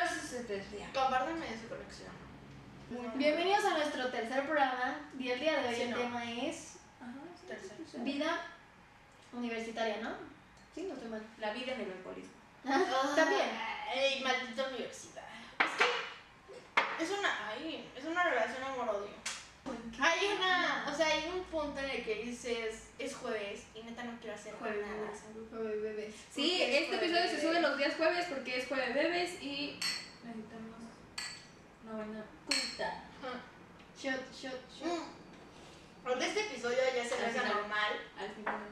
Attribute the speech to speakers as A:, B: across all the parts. A: tercer día.
B: Compártame esa conexión.
A: Muy bien.
C: Bienvenidos a nuestro tercer programa y el día de hoy
B: Sí,
C: el
B: no.
C: tema es
A: Ajá, sí,
B: Tercer.
A: sí, sí.
C: vida universitaria, ¿no? Sí, no estoy mal. Ah,
A: La vida en el alcoholismo.
C: También.
B: Ay, maldita universidad. Es que es una, ay, es una relación amor-odio. Hay una, o sea, hay un punto en el que dices, es jueves y neta no quiero hacer
C: Jueves,
B: nada.
C: jueves, bebés.
A: Sí,
B: Porque es
A: este
B: jueves.
A: episodio se sube los días jueves porque es jueves bebés y necesitamos una buena culta.
C: Shot, shot, shot.
B: Mm. Porque este episodio ya se me
A: Al
B: hace
A: final.
B: normal.
A: Al final de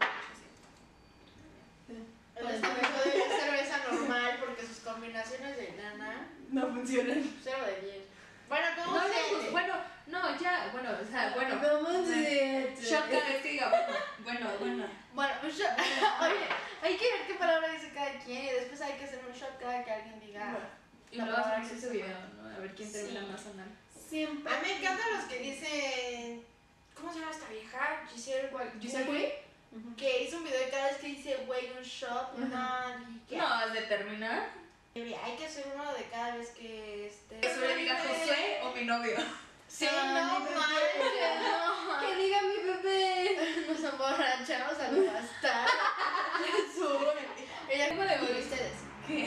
A: la noche.
B: Este episodio ya es cerveza normal porque sus combinaciones de nana,
C: Mm.
A: No funciona.
B: 0 de 10. pues, Bueno, ¿cómo
A: No
B: se-
A: hablemos. Bueno, no, ya, bueno, o
C: Ah,
A: sea, bueno.
C: Vamos de-
A: Yo cada vez que diga, bueno, bueno, bueno.
B: Bueno, un shot. Oye, hay que ver qué palabra dice cada quien y después hay que hacer un shot cada que alguien diga.
A: Y
B: La
A: luego hacemos
B: palabra que
A: ese
B: se
A: video, ¿no? A ver quién termina
B: Sí.
A: más anal.
C: Siempre.
B: A mí me encantan los que dicen. ¿Cómo se llama esta vieja? Giselle Wa-
A: ¿Giselle
C: Ujú.
B: Que hizo un video y cada vez que dice, güey, un shot,
C: Ujú.
B: una
A: No, has de terminar.
B: Hay que hacer uno de cada vez que este.
A: Que le diga Josué o mi novio.
B: Sí,
C: Ah,
B: no
C: mi bebé.
B: manches, no.
C: Que diga mi bebé.
B: Nos emborrachamos a lo bastardo.
C: Ella como le voy a ustedes.
A: que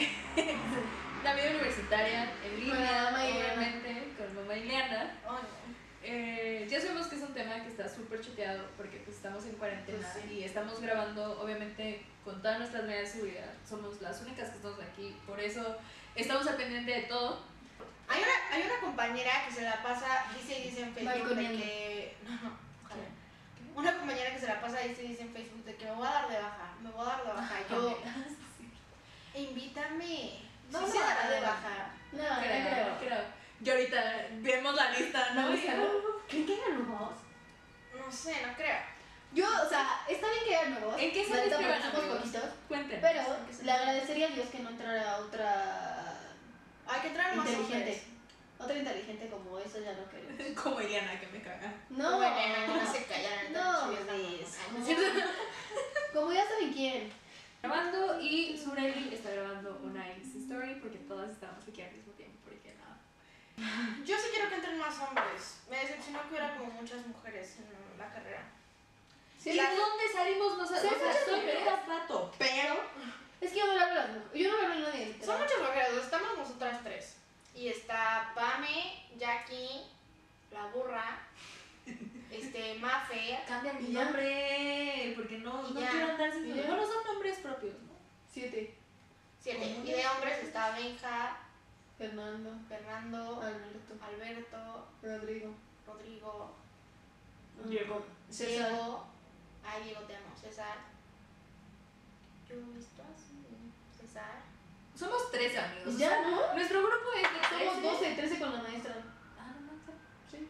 A: la vida universitaria en
C: Con la
A: línea,
C: mamá Ileana.
A: obviamente, con mamá Ileana.
B: Oh, no.
A: Eh, ya sabemos que es un tema que está súper choqueado porque pues, estamos en cuarentena
B: Pues sí.
A: y estamos grabando, obviamente, con todas nuestras medidas de seguridad. Somos las únicas que estamos aquí, por eso estamos al pendiente de todo.
B: Hay una, hay una compañera que se la pasa, dice y dice en Facebook de
C: Balconeando.
B: que. No, ojalá. Una compañera que se la pasa dice, dice en Facebook de que me voy a dar de baja, me voy a dar de baja. Yo, invítame. No
C: Vamos
B: se
C: a
B: dará
C: dar
B: de
C: de
B: baja.
C: No, no Ah, creo.
A: Y ahorita vemos la lista, ¿no?
C: ¿No ¿Creen que eran nuevos?
B: No sé, no creo.
C: Yo, o sea, está bien que eran nuevos.
A: ¿En qué se
C: Neta, porque
A: describan,
C: somos
A: amigos?
C: poquitos.
A: Cuéntenos.
C: Pero
B: que se
C: le agradecería a Dios que no entrara otra
B: Hay que traer más
C: inteligente.
B: hombres.
C: Otra inteligente como esa ya no queremos.
A: Como Ileana, que me caga.
C: No,
B: Bueno, que no se callaran.
C: No,
B: entonces,
C: bebés,
B: viejas,
C: no.
B: ¿no? Ay, no.
C: Como ya saben quién.
A: Grabando y Sureli está grabando una X Story porque todas estamos aquí al mismo tiempo. Porque nada.
B: Yo sí quiero que entren más hombres. Me decepcionó que hubiera como muchas mujeres en la carrera.
A: ¿Y de dónde salimos nosotros?
C: Sí,
A: O sea,
C: muchas
A: soy
C: mujeres.
A: veras vato.
C: Pero es que yo no le hablo a las mujeres. Yo no le hablo a nadie.
B: Son muchas mujeres, estamos nosotras tres. Y está Pame, Jackie, la burra, este, Mafe.
A: Cambia mi
C: Y ya.
A: nombre. Porque no,
B: Y
A: no
B: ya.
A: quiero andar sin
C: Y ya.
A: Bueno, son nombres propios, ¿no?
C: Siete.
B: Siete. Y de hombres está Benja,
C: Fernando,
B: Fernando,
C: Alberto,
B: Alberto,
C: Rodrigo, mm,
B: Rodrigo,
A: Diego.
C: César.
B: Diego. Ay, Diego, te amo. César. Yo he visto así. César.
A: Somos 13 amigos. o
C: Ya,
A: sea,
C: ¿no?
A: Nuestro grupo es de 13.
C: Somos 12, 13 con la maestra.
A: Ah, no manches.
C: Sí.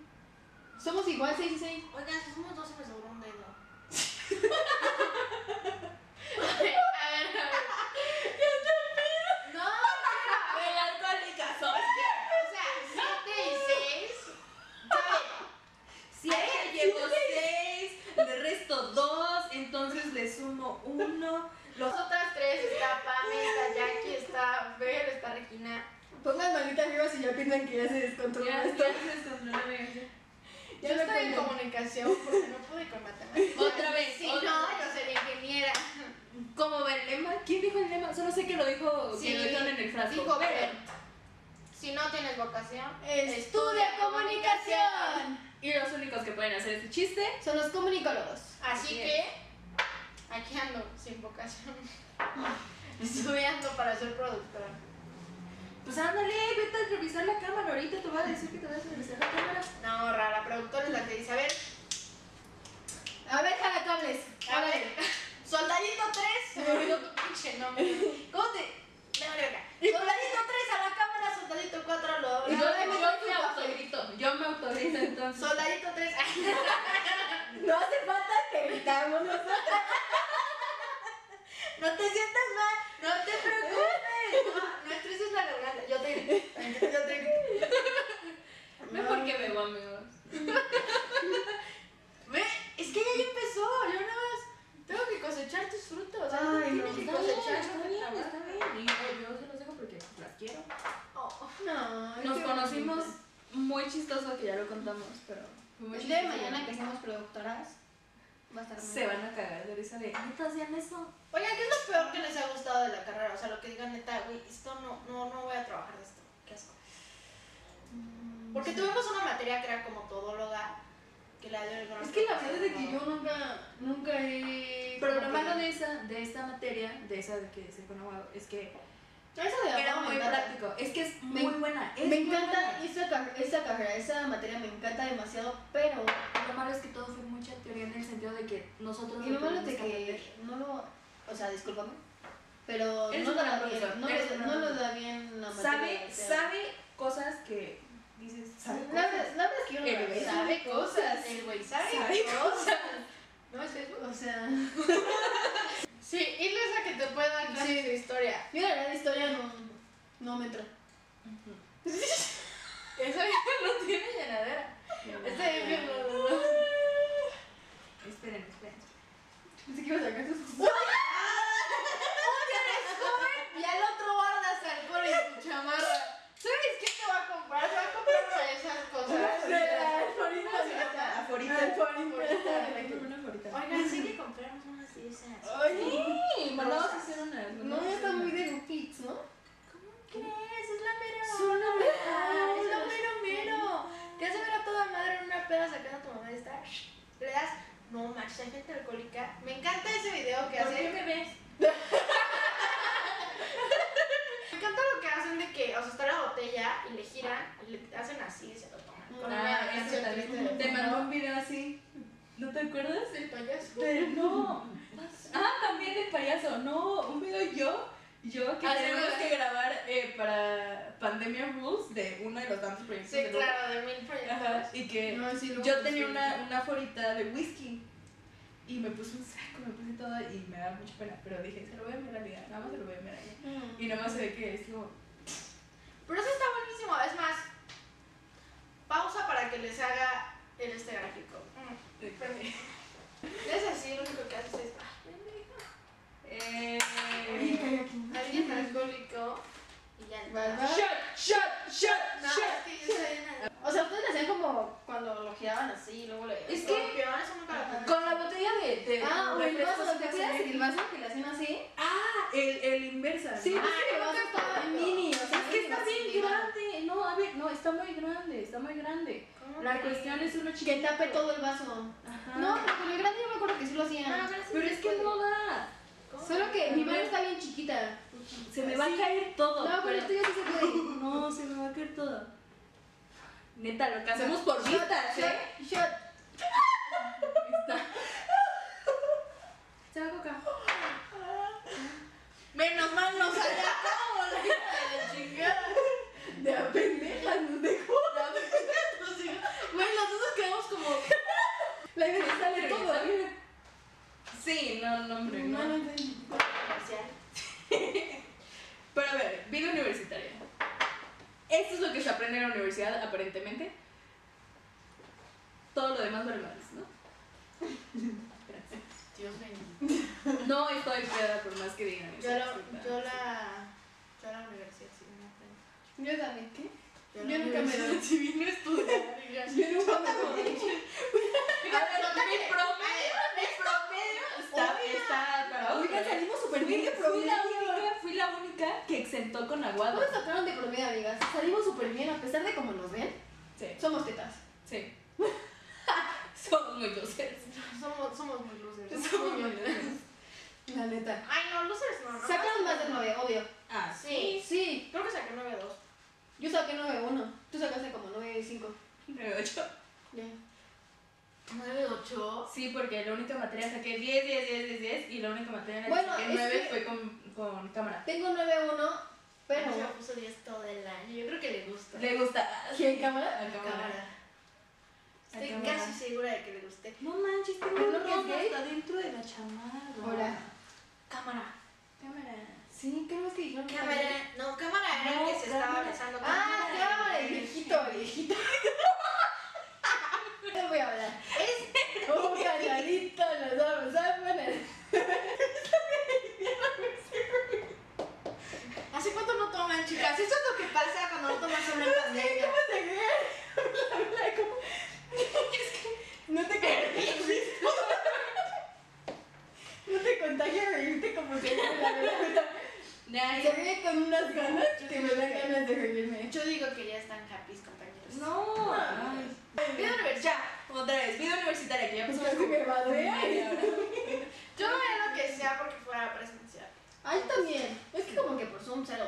C: Somos igual 6 y 6.
B: Oigan, si somos 12 me sobró un dedo. a ver, a ver, a ver. No,
A: Ah, Melancólica soy.
B: o sea, 7 y 6.
A: Si a ella llevo 6, le resto 2, entonces le sumo 1. Los
B: Las otras tres está Pame, está Jackie, está Fer, está Regina.
C: Pongan manita arriba si ya piensan que ya se descontrola
A: Ya,
C: esto.
A: ya se descontroló, amiga.
C: Ya
B: Yo
C: me
B: estoy en
C: pongo.
B: comunicación porque no pude con matemáticas.
A: Otra vez,
B: Si
A: otra
B: no,
A: vez.
B: yo sería ingeniera.
A: ¿Cómo va el lema? ¿Quién dijo el lema? Solo sé que lo dijo que lo dijeron en el frasco.
B: Dijo
A: pero-
B: Fer. Si no tienes vocación,
C: Estudia comunicación.
A: Y los únicos que pueden hacer este chiste.
C: Son los comunicólogos.
B: Así
A: Así
B: que aquí ando sin vocación. Estudiando para ser productora.
A: Pues ándale, vete a revisar la cámara. Ahorita te voy a decir que te vas a revisar la cámara.
B: No, rara, la productora es la que dice, a ver,
C: A ver, jala cables.
B: a
C: Órale.
B: ver, soldadito 3, se me olvidó tu pinche nombre. ¿Cómo te? Dame verga. Soldadito 3 a la cámara, soldadito 4 a lo
A: Yo,
C: Y
A: yo
C: no le metas tu
A: me
C: café.
A: autogrito. Yo me autogrito entonces.
B: Soldadito 3.
C: No hace falta que gritamos nosotros.
B: No te sientas mal, no te preocupes. No, no estreses la garganta. Yo te grito. Yo te grito.
A: Mejor que bebo, amigos.
B: Ve, es que ya, ya empezó, yo nada más tengo que cosechar tus frutos.
C: Ay,
B: Alguien
C: no,
B: tiene que
A: Está bien,
B: cosechar
A: está
B: tu
A: bien,
B: trabajo.
A: está bien. Y yo, yo se los dejo porque las quiero.
B: Oh.
C: No.
B: muy chistoso que ya lo contamos, pero.
A: Fue muy
C: El día de
A: chistoso.
C: mañana que seamos productoras, va a estar muy
A: Se van a cagar de risa de, ¿neta hacían eso?
B: Oigan, ¿qué es lo peor que les ha gustado de la carrera? O sea, lo que digan, neta, güey, esto no, no, no voy a trabajar de esto. Qué asco.
C: Mm,
B: Porque tuvimos una materia que era como todóloga, que la de
C: Es que la verdad es que yo nunca, nunca he...
A: Pero lo
C: como
A: malo
C: que-
A: de esa, de esta materia, de esa de que se conoce, es que
B: Eso de
A: era
B: abajo
A: muy
B: me encanta.
A: práctico. Es que es
C: Me-
A: muy buena. es
C: Me
A: muy
C: encanta
A: buena.
C: esa, car- esa carrera, esa materia me encanta demasiado, pero
A: Lo malo es que todo fue mucha teoría en el sentido de que nosotros
C: Y lo malo
A: tuvimos
C: de
A: aprender.
C: que no lo. O sea, discúlpame. Pero
A: Eres
C: no
A: un
C: lo
A: gran
C: da bien.
A: profesor,
C: No,
A: eres un
C: lo-
A: gran
C: no lo
A: profesor.
C: da bien la materia.
A: Sabe,
C: o sea.
A: sabe cosas que dices, sabe
C: La,
A: cosas.
C: verdad- la verdad es que yo no
A: El
C: la
A: güey
B: Sabe cosas. El güey sabe, cosas.
C: No es Facebook. O sea,
B: Sí, y es la que te puede dar clases
C: Sí.
B: de historia.
C: yo la verdad la historia no, no me entra.
B: Eso ya no tiene llenadera.
A: Ujú.
B: Está bien,
C: Ah.
B: bien, no, no, no.
A: Esperen, esperen.
C: Pensé que iba a sacar sus.
B: Ah. joven y al otro guardas alcohol en tu chamarra. ¿Sabes qué te va a comprar? Te va a comprar una de esas cosas.
A: Aforita. Una aforita.
B: Oigan, sí que compramos unas de esas.
C: Ay,
A: Mandamos a hacer unas.
C: no,
A: mandamos a
C: está
A: hacer
C: muy
A: unas.
C: de Goopits, ¿no?
A: Oh.
B: crees? Es la mera.
C: Son una
B: Ah,
C: mera.
B: Es lo mero mero. Te hace ver a toda madre en una peda sacando a tu mamá de estar. Le das. No, Max, hay gente alcohólica. Me encanta ese video que
A: ¿Por qué
B: hace.
A: me ves?
B: Me encanta lo que hacen de que, o sea, está la botella y le giran y le hacen así y se lo toman. Con
A: Ah,
B: una
A: eso
B: canción
A: también.
B: triste de
A: Te mandó un video así. ¿No te acuerdas?
B: del payaso.
A: Pero no. Ah, también el payaso. No, un video yo. Yo que
B: Ah, sí,
A: tenemos
B: ¿verdad?
A: que grabar eh, para Pandemia Rules de uno de los tantos proyectos.
B: Sí,
A: de grupo.
B: claro, de mil
A: Ajá,
B: proyectos.
A: y que
C: No, sí, luego
A: Eh, yo
C: sí.
A: tenía una, una forita de whisky y me puse un saco, me puse todo y me daba mucha pena. Pero dije, se lo voy a mirar a mi vida, nada más se lo voy a mirar a ella.
C: Mm,
A: Y nada más se ve que es como,
B: Pero eso está buenísimo. Es más, pausa para que les haga el este gráfico.
A: eh,
B: Es así, lo único que haces es. "Ah, pendejo".
A: eh,
B: Alguien alcohólico y ya.
C: ¿Verdad?
A: shut, shut, shut,
B: No,
A: shut.
B: es que yo soy una.
C: O sea, ustedes hacían como cuando lo giraban así y luego le.
A: Es que-
B: Escorpión, eso nunca lo
A: Con la botella de. de
C: Ah, o el
A: refresco
C: vaso, ¿te
A: sin
C: acuerdas
A: hacer-
C: el vaso que le hacían así?
A: Ah, el, el inversa.
C: Sí,
A: ¿no?
C: pues
B: Ah,
C: el
B: no
C: vaso
B: te
C: estaba
B: acuerdo.
C: mini, o sea,
A: Es que está
C: mini,
A: bien
C: así,
A: grande. No, a ver, no, está muy grande, está muy grande.
B: ¿Cómo
A: La
B: que?
A: cuestión es uno
C: Que
A: chiquita.
C: tape todo el vaso.
A: Ajá. Ah,
C: No, pero con el grande yo me acuerdo que sí lo
B: No,
C: hacían.
B: pero, sí
A: pero
B: se
A: es que
B: puede.
A: no da.
B: ¿Cómo?
C: Solo que mi mano está bien chiquita.
A: Se me va a caer todo.
C: No, pero esto ya sí se puede.
A: No, se me va a caer todo. Neta, lo que hacemos por vistas,
C: Shot,
A: ¿eh?
C: shot, shot.
A: Vista. Se va a coca. Menos mal nos
B: ¡Ah, la hija de la chingada!
A: De a pendejas nos dejó.
B: Güey, los dos nos quedamos como.
A: La idea
C: sale todo.
A: Sí, no, no, hombre,
C: No,
A: no.
C: no, no.
B: Comercial.
A: Pero a ver, vida universitaria. Esto es lo que se aprende en la universidad, aparentemente. Todo lo demás verbales, ¿no?
B: Dios bendito.
A: No estoy peda por más que digan.
B: Yo la, yo la, yo la universidad sí no aprendí.
C: Yo también, ¿qué?
B: Yo,
C: Yo nunca me doy.
B: Si vine a estudiar,
C: Yo nunca me doy.
A: mi promedio, mi promedio está, está para
C: Oigan,
A: otro.
C: salimos súper
A: Fui,
C: bien de
A: fui la
C: promedio.
A: única, fui la única que exentó con aguado.
C: ¿Cómo sacaron de promedio, amigas? Salimos súper bien, a pesar de cómo nos ven.
A: Sí,
C: Somos tetas.
A: sí. Somos muy groseros.
B: Somos, somos muy losers.
A: Somos muy groseros.
C: La neta.
B: Ay, no, losers no, ¿no?
C: Sacaron más de nueve, obvio.
A: Ah,
B: Sí.
C: Sí.
B: Creo que saqué 9 2.
C: Yo saqué 9.1. Tú sacaste como 9.5.
A: 9-8.
C: Ya.
B: 9 8.
A: Sí, porque la única materia saqué 10, 10, 10, 10, 10 y la única materia en la
C: Bueno,
A: que saqué
C: es
A: 9
C: que-
A: fue con, con cámara.
C: Tengo 9.1, pero.
B: Pero yo puso 10 todo el año. Yo creo que le gusta.
A: Le gusta.
C: ¿Quién cámara?
A: A cámara.
B: cámara. Estoy
A: Acabada.
B: casi segura de que le guste.
A: No manches, tengo
C: ¿Es lo
A: un
C: que es
A: rondo
C: gay?
A: hasta dentro de la chamarra.
C: Hola.
B: Cámara.
A: Cámara.
C: Sí, creo que dijeron que también.
B: Cámara. No, cámara era
A: No,
B: el que se estaba
A: cámara.
B: besando con
C: Ah,
B: cámara.
C: cámara, el viejito, el viejito. No voy a hablar. Es un canalito, nos vamos a poner.
B: ¿Hace cuánto no toman, chicas? Eso es lo que pasa cuando no tomas una pandemia.
C: ¿Cómo te crees?
A: las ganas
B: Yo
A: que
B: digo
A: me dan
B: que-
A: ganas de reírme.
B: Yo digo que ya están happy, compañeros.
A: No.
B: Ay.
A: Vida universitaria. Otra vez, vida universitaria, que ya pasó
C: Casi me madrea.
B: Yo no era lo que sea porque fuera presencial.
C: Ay, también. Es que como que por Zoom cero.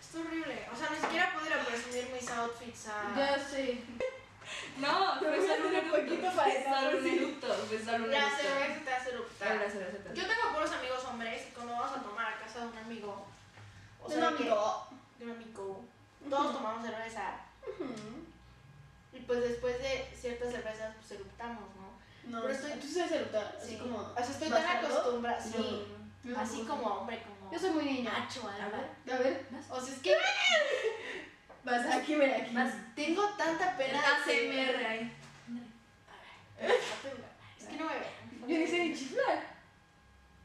B: Es horrible. O sea, ni siquiera pude ir a presumir mis outfits a.
C: Ya sé.
A: No,
C: Te voy a
A: fue solo
C: hacer un poquito para
A: fue solo un
C: saber.
A: eructo, fue solo un
B: La
A: eructo.
B: cerveza te hace
A: Ah,
B: eruptar.
A: la cerveza.
B: Yo tengo puros amigos hombres y cuando vamos a tomar a casa de un amigo. O
C: De
B: sea,
C: un
B: que-
C: amigo.
B: De un amigo. Todos tomamos cerveza.
C: Mm.
B: Y pues después de ciertas cervezas, pues eruptamos, ¿no?
C: No,
B: Pero estoy-
C: tú sabes eructar, así como...
B: O sea, estoy
C: ¿más
B: tan
C: algo?
B: acostumbrada,
C: No.
B: sí.
C: Yo
B: Así
C: tampoco.
B: como hombre, como.
C: Yo soy muy niña.
B: Nacho,
A: A
B: algo.
A: ver,
C: A ver,
B: O sea, es que
C: vas aquí, ven aquí.
A: más
B: tengo tanta pena. de que-
A: ACMR ahí.
B: A ver, Es que no me vean.
C: Yo ni sé ni chiflar.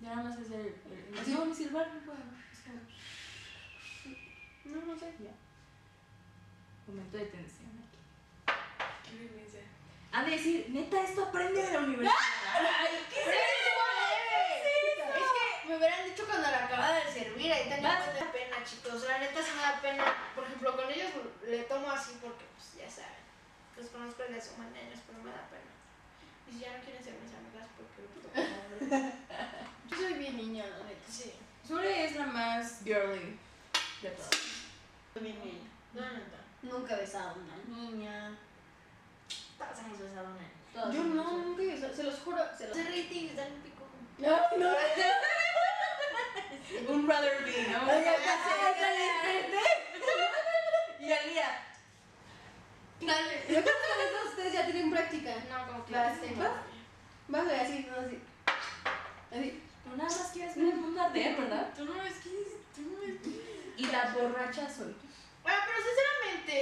A: Ya nada más es el. el- Así vamos a silbar, no puedo. Es como-
C: No, no sé.
A: Ya. Momento de tensión aquí.
B: Qué violencia.
A: Han de decir, neta, esto aprende de la universidad.
B: ¿Qué es eso? Es que me hubieran dicho cuando la acaba de servir, ahí tenía
A: Vas.
B: mucha pena, chicos. La neta sí me da pena. Por ejemplo, con ellos le tomo así porque, pues, ya saben. Los conozco desde hace un años, pero me da pena. Y si ya no quieren ser mis amigas, porque lo puto como hombre.
C: Yo soy bien niña, la neta.
B: Sí.
A: Sure es la más girly de todas.
C: Soy bien niña.
B: No, no, no.
C: Nunca he besado a una niña.
B: Todas hemos besado una.
A: Todas
C: Yo
A: son
C: no,
A: girly.
C: nunca he besado. Se los juro. Se los...
B: Ese rating está en pico.
C: No, no.
A: Un brother B, ¿no?
C: Ay, ya,
A: Y al día.
C: Dale. Yo creo que de todos ustedes ya tienen práctica.
B: No, como que.
C: Vas,
B: tengo.
C: vas. Vas a así, no así. Así.
A: Tú nada más quieres ver el mundo arder, ¿verdad?
B: Tú no es que. Tú no es que.
A: Y la borracha soy.
B: Bueno, pero sinceramente.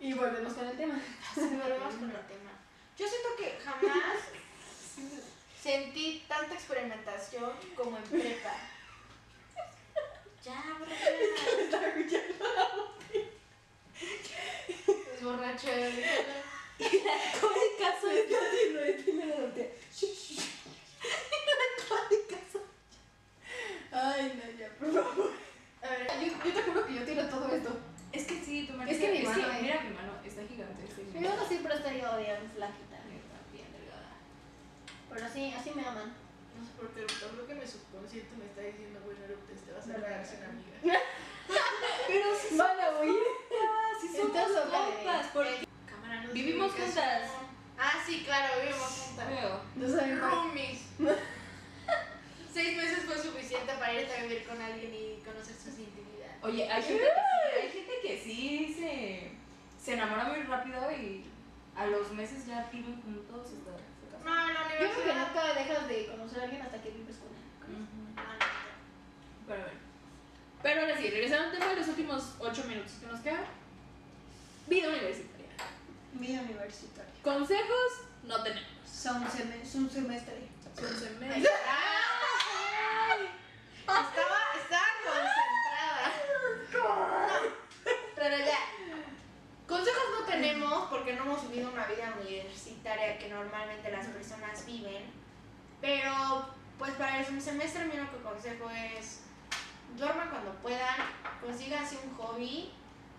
C: Y volvemos con el tema.
B: Volvemos con el tema. Yo siento que jamás sentí tanta experimentación como en prepa. Ya, borracha.
C: Estaba escuchando.
B: Es borracho.
A: ¿Cómo de caso
C: Me está haciendo esto y me lo volteé. Ay, no, ya, por favor.
B: A ver,
C: Yo, yo te juro que yo tiro todo esto.
A: Es que sí, tu mano.
C: Es que mi mano, eh.
A: mira mi mano, está gigante. Está
C: Mi
A: gigante.
C: mano siempre estaría odiando flaquita.
A: Está bien delgada.
C: Pero sí, así me aman.
B: no sé por qué, pero creo que mi subconsciente me está diciendo, güey, no eruptes, te vas a
C: ¿Verdad?
B: quedar sin amiga.
A: Pero sí,
C: Van a huir.
A: sí
C: somos
A: somos compas,
C: compas,
A: porque
B: Cámara, no
A: Vivimos
B: comunicación.
A: juntas.
B: Ah, sí, claro, vivimos juntas.
C: No saben cómo.
B: Roomies. Seis meses fue suficiente para irte a vivir con alguien y conocer sus intimidades.
A: Oye, hay gente que sí, hay gente que sí se, se enamora muy rápido y a los meses ya viven juntos. Está, se
B: No,
A: casan.
B: en la
C: Yo creo que
B: universidad.
C: nunca dejas de conocer a alguien hasta que vives con él.
A: Ujú.
B: Ah, no.
A: Pero bueno. Pero ahora sí, regresando al tema de los últimos 8 minutos que nos quedan. Vida universitaria.
C: Vida universitaria.
A: Consejos no tenemos.
C: Son un semestre. Un semestre.
A: Son
B: Ay,
A: semestres.
B: ay. Estaba, estaba concentrada. Pero ya. Consejos no tenemos porque no hemos vivido una vida universitaria que normalmente las personas viven. Pero, pues para el semestre, mi único consejo es: duerman cuando puedan, consíganse un hobby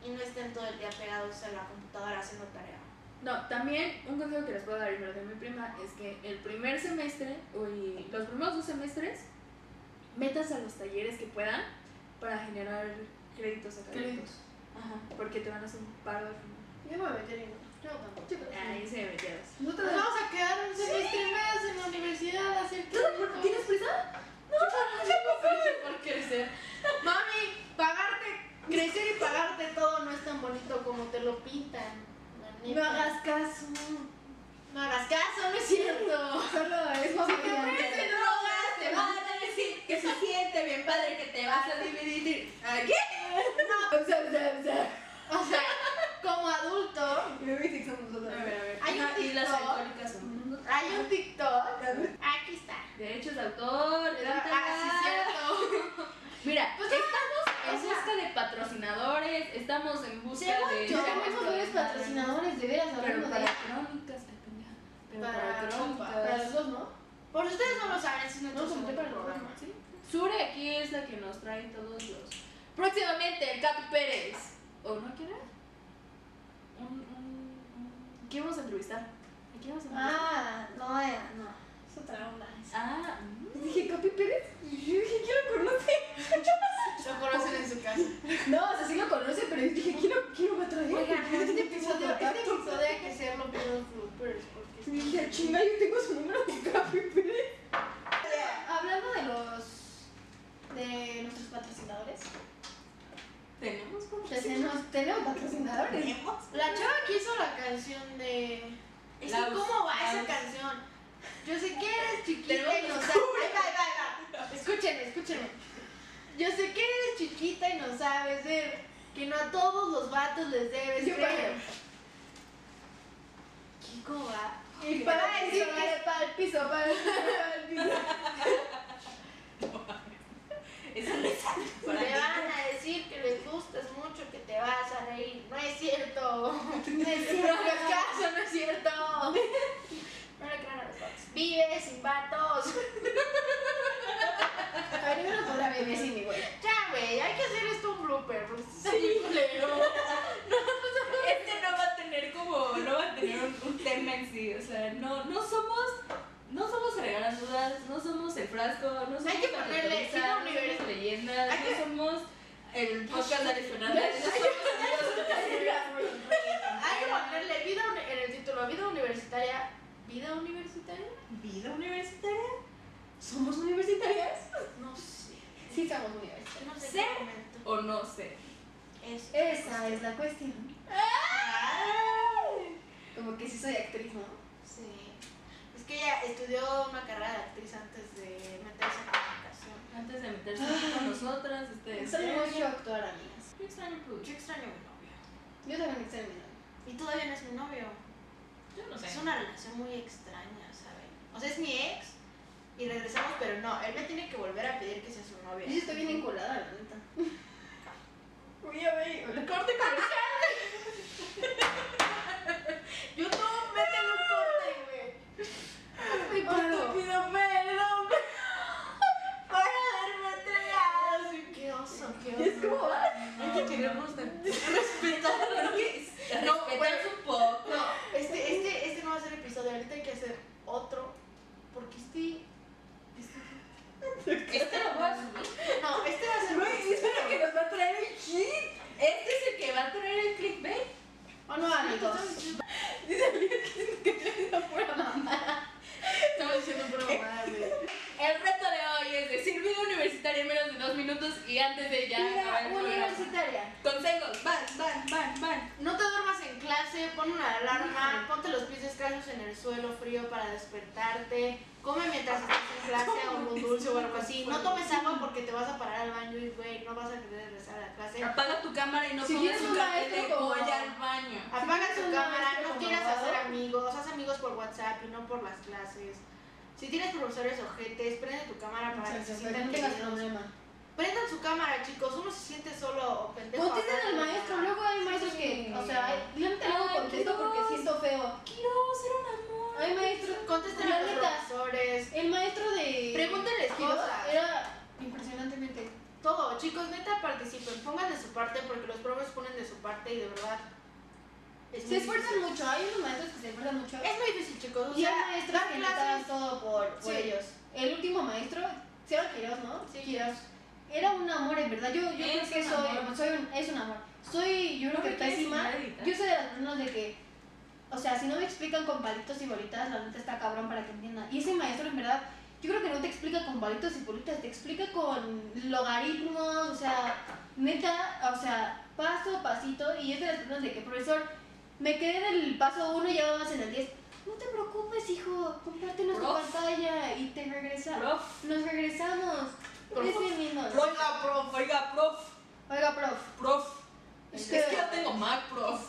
B: y no estén todo el día pegados a la computadora haciendo tarea.
A: No, también un consejo que les puedo dar y me lo dio mi prima es que el primer semestre, o y los primeros dos semestres, metas a los talleres que puedan para generar créditos académicos. Ajá, porque te van a hacer un paro al final.
C: Yo no me metí en ninguno.
B: Yo tampoco.
C: Chicos.
A: Ahí se me metieron.
C: Nosotros.
B: Nos vamos a quedar un semestre más en la universidad a hacer créditos.
C: ¿Tienes prisa?
B: por crecer. Mami, pagarte, crecer y pagarte todo no es tan bonito como te lo pintan. la neta.
C: No hagas caso.
B: no hagas caso, no es cierto.
C: Solo es más
A: ofrecen
C: brillante.
A: drogas, te van a decir que se siente bien padre que te vas a dividir. ¿A qué?
C: O sea, o sea, o sea.
B: O sea, como adulto,
C: Yo vi que somos nosotros.
A: a ver.
B: Hay un
A: y las
B: TikTok.
A: alcohólicas son.
B: hay un TikTok. Aquí está.
A: Derechos de autor,
B: Ah, sí,
A: tanta-
B: cierto.
A: Mira,
B: Pues no,
A: estamos en
B: o sea-
A: busca de patrocinadores, estamos en busca
B: Según
A: de.
B: yo,
C: Yo tenemos varios patrocinadores, de veras,
A: Pero
C: hablando de
A: para crónicas, ay, pendeja. Pero para,
B: Para
A: crónicas.
C: Para los dos, ¿no?
B: Por si ustedes no lo saben, es
C: No,
B: nuestro
C: se metió
B: segundo
C: para el
B: programa.
C: programa, ¿sí?
A: Sure aquí es la que nos trae todos los Próximamente, el Capi Pérez. ¿O no quiere? Un, un, un- ¿Quién vamos a entrevistar? ¿A quién vamos a entrevistar?
C: Ah, no, eh,
A: no.
C: es otra onda.
A: Ah, mm.
C: Dije, ¿Capi Pérez? Y Yo dije, ¿quién lo conoce?
B: Lo conocen en su casa.
C: No, o sea, sí lo conoce, pero yo dije, ¿quién lo, quién lo va a traer?
B: Oigan,
C: ¿Quién
B: este
C: tiene su
B: episodio, este
C: contacto?
B: episodio hay que hacerlo por los bloopers.
C: Y
B: Porque
A: "Ah,
C: dije, chinga, yo tengo su número de Capi Pérez.
D: Hablando de los de nuestros patrocinadores,
A: ¿Tenemos patrocinio?
D: tenemos, tenemos patrocinadores.
B: La chava que hizo la canción de. Es que,
A: Laus,
B: ¿cómo va esa
A: Laus.
B: canción? Yo sé que eres chiquita
A: Tenemos
B: y no sabes. Ay, va, va, va. Escúchenme, escúchenme. Yo sé que eres chiquita y no sabes ver que no a todos los vatos les debes
C: Yo
B: creer. ¿Qué, ¿Cómo va?
C: Y para decir que para el piso, para el piso, para el piso.
A: Esa no es para
B: Me
A: mí.
B: van a decir que les gustas mucho, que te vas a reír. No es cierto. No es cierto. caso, no es cierto. No le crean a los vatos. Vive sin vatos.
C: A mí me lo podrá beber sin mi güey.
B: Ya, güey, hay que hacer esto un blooper. porque está muy culero.
A: Este no va a tener como, no va a tener un, un tema en sí, o sea, no, no somos, no somos regalas dudas, no somos el frasco, no somos
B: Hay que
A: la
B: ponerle
A: cotorriza,
B: Cine
A: no
B: Universo.
A: somos leyendas,
B: Hay que-
A: no somos el podcast de Alex Fernández, no somos
B: Hay que ponerle vida uni- en el título, vida universitaria. ¿Vida universitaria?
A: vida universitaria.
C: ¿Somos universitarias?
B: No sé.
C: Sí, somos universitarias.
B: No
A: sé
B: sé.
A: qué O no sé.
B: Es,
C: Esa es la cuestión. Como que sí soy actriz, ¿no?
B: Sí. Es que ella estudió una carrera de actriz antes de meterse en comunicación.
A: Antes de meterse aquí con nosotras, ustedes.
C: Extraño mucho actuar, amigas.
A: Yo extraño
B: Yo
A: producción.
B: extraño a mi novio.
C: Yo también extraño mi novio.
B: Y todavía no es mi novio.
A: Yo no sé.
B: Es una relación muy extraña, ¿saben? O sea, es mi ex y regresamos, pero no, él me tiene que volver a pedir que sea su novia.
C: Yo sí estoy bien encolada, la neta. Voy a ver. hola.
A: Corte comercial.
B: YouTube, métele un corte, güey.
C: Ay, paro.
B: pido perdón. Por haberme entregado. Qué oso, qué oso.
C: Es como,
A: que queremos respetar. Creo que es-
B: No,
A: respetarse un poco.
B: No, este, este, este no va a ser episodio, ahorita hay que hacer otro. Porque este.
A: Este lo voy a subir.
B: No, este va a ser.
C: Güey, es para que nos va a traer el kit.
A: Este es el que va a traer el clickbait.
C: ¿O Oh, no, amigos? Dice el kit que es una pura mamá.
B: Estamos diciendo por güey.
A: El reto de hoy es decir vida universitaria en menos de dos minutos y antes de ya acabar
C: Mira,
A: el programa.
C: universitaria.
A: Consejos, van, van, van, van.
B: No te duermas en clase, pon una alarma, ponte los pies descalzos en el suelo frío para despertarte, come mientras estás en clase o algo dulce o algo así, no tomes agua porque te vas a parar al baño y güey, no vas a querer regresar a la clase.
A: Apaga tu cámara y no
C: Si
A: pongas
C: quieres
A: un
C: un
A: café de
C: maestro como-
A: polla al baño.
B: Apaga tu
C: un
B: cámara,
C: maestro
B: no quieras
C: malvado.
B: hacer amigos, haz amigos por WhatsApp y no por las clases. Si tienes profesores ojetes, prende tu cámara para que se sientan
C: No tengas
B: queridos.
C: problema.
B: Prendan su cámara, chicos, uno se siente solo o pendejo.
C: Contesten
B: hablando
C: al
B: de
C: maestro,
B: nada.
C: luego hay maestros que, o sea, hay- yo no te luego
A: Ay,
C: contesto porque
A: Dios.
C: siento feo.
A: Quiero ser un amor.
C: Hay maestros,
B: Contesten
C: La
B: a los
C: neta.
B: profesores.
C: el maestro de...
B: Pregúntenles
C: Quiroz
B: cosas.
C: Era impresionantemente...
B: Todo, chicos, neta participen, pongan de su parte porque los profes ponen de su parte y de verdad. es
C: Se
B: muy
C: esfuerzan
B: difícil.
C: mucho, hay unos maestros que se esfuerzan mucho.
B: Es muy difícil, chicos. O
C: Y hay
B: sea,
C: maestros
B: dar
C: que le
B: clases-
C: daban todo por, por
B: Sí.
C: ellos. El último maestro, sí era Quiroz, ¿no?
B: Sí.
C: Quiroz. Era un amor, en verdad. Yo, yo creo
A: Es
C: que
A: un
C: soy,
A: amor.
C: soy un- es un amor. Soy, yo
A: No
C: creo que
A: me quieres
C: pésima.
A: enseñar a editar.
C: Yo soy de las personas de que, o sea, si no me explican con palitos y bolitas, la neta está cabrón para que entienda. Y ese maestro, en verdad, yo creo que no te explica con palitos y bolitas, te explica con logaritmos, o sea, neta, o sea, paso a pasito. Y es de las personas de que, profesor, me quedé en el paso 1 y ya vamos en el 10. No te preocupes, hijo, comparte nuestra
A: Prof.
C: pantalla y te regresa.
A: Prof,
C: Nos regresamos.
A: Prof.
C: Ese mismo.
A: oiga, prof, oiga, prof,
C: Oiga, prof.
A: prof.
C: Es
A: Es
C: que-
A: que yo tengo Mac, prof.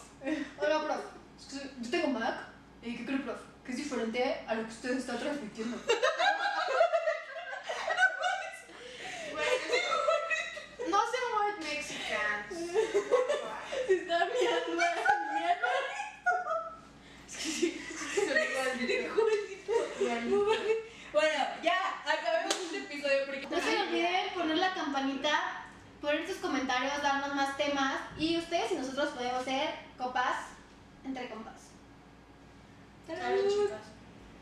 C: Hola, prof. Es que Yo tengo Mac. ¿Y qué creo, prof? Que es diferente a lo que usted está transmitiendo.
B: Güey, No se mueven mexicanos.
C: Está mirando.
A: Bueno, ya, acabemos este episodio porque...
C: este No se olviden poner la campanita por poner sus comentarios, darnos más temas y ustedes y nosotros podemos ser copas entre compas.
B: Dale, chicas.